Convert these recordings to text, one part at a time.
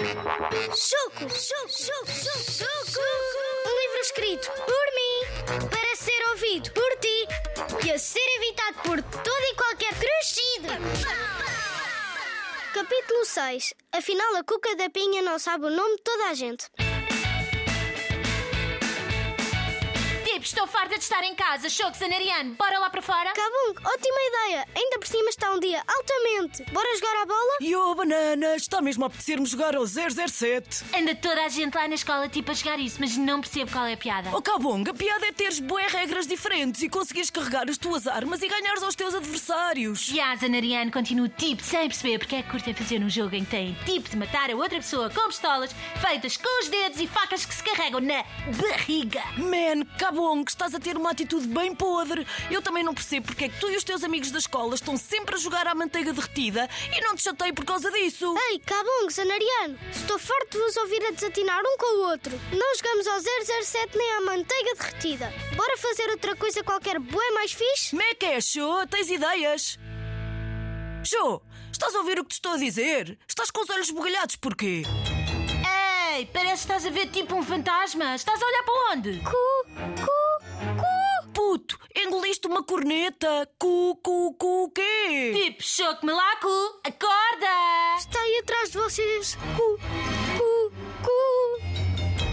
Chuco, chuco, chuco, chuco, chuco. Um livro escrito por mim, para ser ouvido por ti e a ser evitado por todo e qualquer crescido. Capítulo 6. Afinal, a cuca da pinha não sabe o nome de toda a gente. Tipo, estou farta de estar em casa. Choco Zanariano, bora lá para fora? Cabung, ótima ideia. Ainda por cima está um dia altamente. Bora jogar a bola? E oh, banana, está mesmo a apetecer-me jogar ao 007. Anda toda a gente lá na escola tipo a jogar isso, mas não percebo qual é a piada. Oh, Cabonga, a piada é teres bué regras diferentes e conseguires carregar as tuas armas e ganhares aos teus adversários. E a Zanariano continua tipo sem perceber porque é que curtem fazer um jogo em que tem tipo de matar a outra pessoa com pistolas feitas com os dedos e facas que se carregam na barriga. Man, Cabonga, estás a ter uma atitude bem podre. Eu também não percebo porque é que tu e os teus amigos da escola estão sempre a jogar à manteiga derretida e não te chatei por causa disso. Ei, Cabung, Zanariano, estou farto de vos ouvir a desatinar um com o outro. Não jogamos ao 007 nem à manteiga derretida. Bora fazer outra coisa qualquer bué mais fixe? Como é que é, Xô? Tens ideias? Xô, estás a ouvir o que te estou a dizer? Estás com os olhos bugalhados porquê? Ei, parece que estás a ver tipo um fantasma. Estás a olhar para onde? Cu, cu, cu. Puto, engoliste uma corneta. Cu, cu, cu, quê? Tipo, Choco Malaco, acorda! Está aí atrás de vocês. Cu, cu, cu.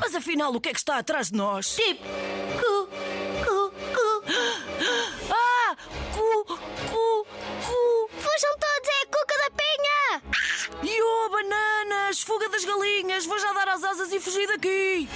Mas afinal, o que é que está atrás de nós? Tipo, cu, cu, cu. Ah! Cu, cu, cu. Fujam todos, é a cuca da penha. E oh, bananas, fuga das galinhas. Vou já dar as asas e fugir daqui.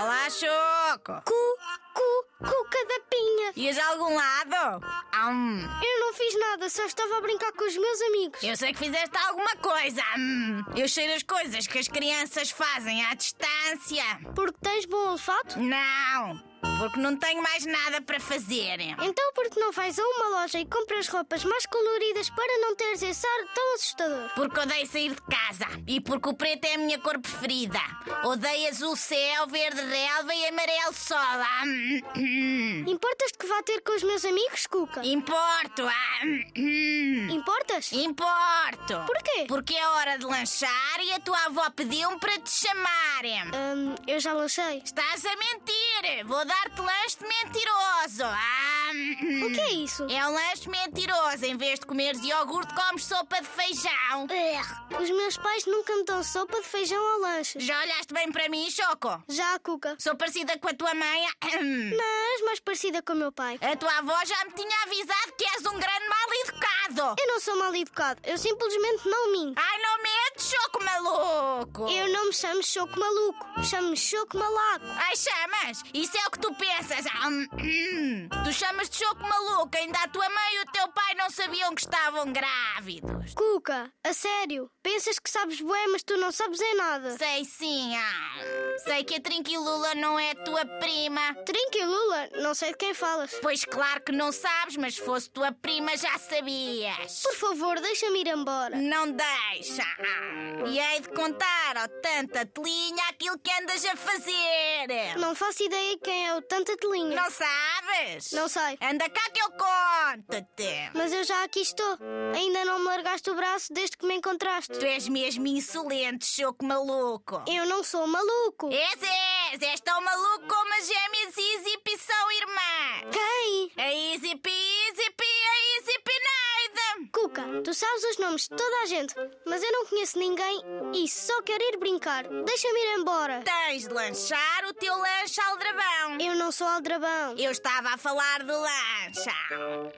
Olá, Choco! Cu, cu, cuca da pinha. Ias a algum lado? Hum, Eu não fiz nada, só estava a brincar com os meus amigos. eu sei que fizeste alguma coisa. Hum, eu sei das coisas que as crianças fazem à distância. Porque tens bom olfato? Não, porque não tenho mais nada para fazer. Então por que não vais a uma loja e compras roupas mais coloridas para não teres esse ar tão assustador? Porque odeio sair de casa e porque o preto é a minha cor preferida. Odeio azul céu, verde relva e amarelo sol. Hum, hum. Importas-te que vá ter com os meus amigos, Cuca? Importo. hum, hum. Importas? Importo. Porquê? Porque é hora de lanchar e a tua avó pediu-me para te chamarem. Hum, eu já lancei. Estás a mentir! Vou dar-te lanche de mentiroso! Ah, O que é isso? É um lanche mentiroso. Em vez de comeres iogurte, comes sopa de feijão. Urgh. Os meus pais nunca me dão sopa de feijão ao lanche. Já olhaste bem para mim, Choco? Já a Cuca. Sou parecida com a tua mãe. ahem. Não, és mais parecida com o meu pai. A tua avó já me tinha avisado que és um grande mal educado. Eu não sou mal educado, eu simplesmente não minto. Ai, não medo, Choco maluco! Eu não me chamo Choco Maluco, chamo-me Choco Malaco. Ai, chamas! Isso é o que tu pensas! Ahem. Tu chamas de Choco maluco. Ainda a tua mãe e o teu pai não sabiam que estavam grávidos. Cuca, a sério, pensas que sabes bué, mas tu não sabes é nada. Sei sim, ah. Sei que a Trinquilula não é tua prima. Trinquilula, não sei de quem falas. Pois claro que não sabes, mas se fosse tua prima já sabias. Por favor, deixa-me ir embora. Não deixa. E hei de contar ao tanta telinha aquilo que andas a fazer. Não faço ideia quem é o Tanta Telinha. Não sabes? Não sei. Anda cá que eu conto-te. Mas eu já aqui estou. Ainda não me largaste o braço desde que me encontraste. Tu és mesmo insolente, choco maluco. Eu não É. sou maluco. És, és, és tão maluco como as gêmeas Easy Pea são irmãs. Quem? A É Easy P, Easy P, a Easy P Neide. Cuca, tu sabes os nomes de toda a gente, mas eu não conheço ninguém e só quero ir brincar. Deixa-me ir embora. Tens de lanchar o teu lanche aldrabão. Eu não É. sou aldrabão. Eu estava a falar do lanche.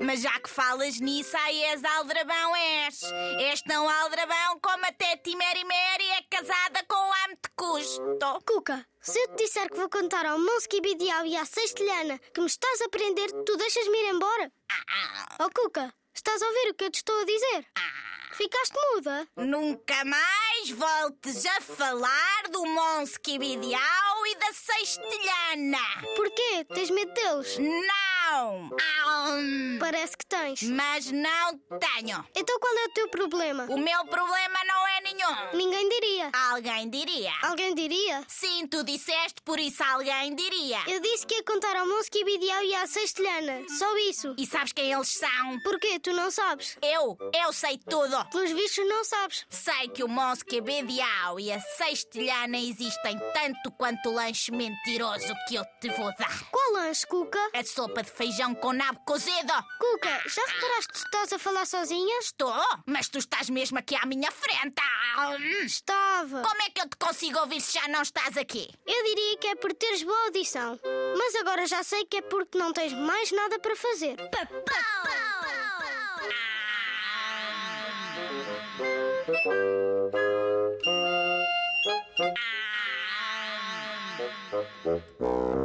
Mas já que falas nisso, aí és aldrabão és. És tão aldrabão como até Timeri Meri é casada com o amo de custo. Cuca, se eu te disser que vou contar ao Monsky Bidial e à Sextelhana que me estás a prender, tu deixas-me ir embora? Oh, Cuca, estás a ouvir o que eu te estou a dizer? Ficaste muda? Nunca mais voltes a falar do Monsky Bidial e da Sextilhana. Porquê? Tens medo deles? Não! Aum. Parece que tens. Mas não tenho. Então qual é o teu problema? O meu problema não é nenhum. Ninguém diria. Alguém diria. Alguém diria? Sim, tu disseste, por isso alguém diria. Eu disse que ia contar ao Monski Bidial e à Sextelhana. Só isso. E sabes quem eles são? Porquê? Tu não sabes? Eu, eu sei tudo. Pelos vistos, não sabes. Sei que o Monsque Bedial e a Sextilhana existem tanto quanto o lanche mentiroso que eu te vou dar. Qual lanche, Cuca? A sopa de feijão com nabo cozido. Cuca, já reparaste que estás a falar sozinha? Estou, mas tu estás mesmo aqui à minha frente. Ah, hum. Estava. Como é que eu te consigo ouvir se já não estás aqui? Eu diria que é por teres boa audição. Mas agora já sei que é porque não tens mais nada para fazer. Ah. Ah.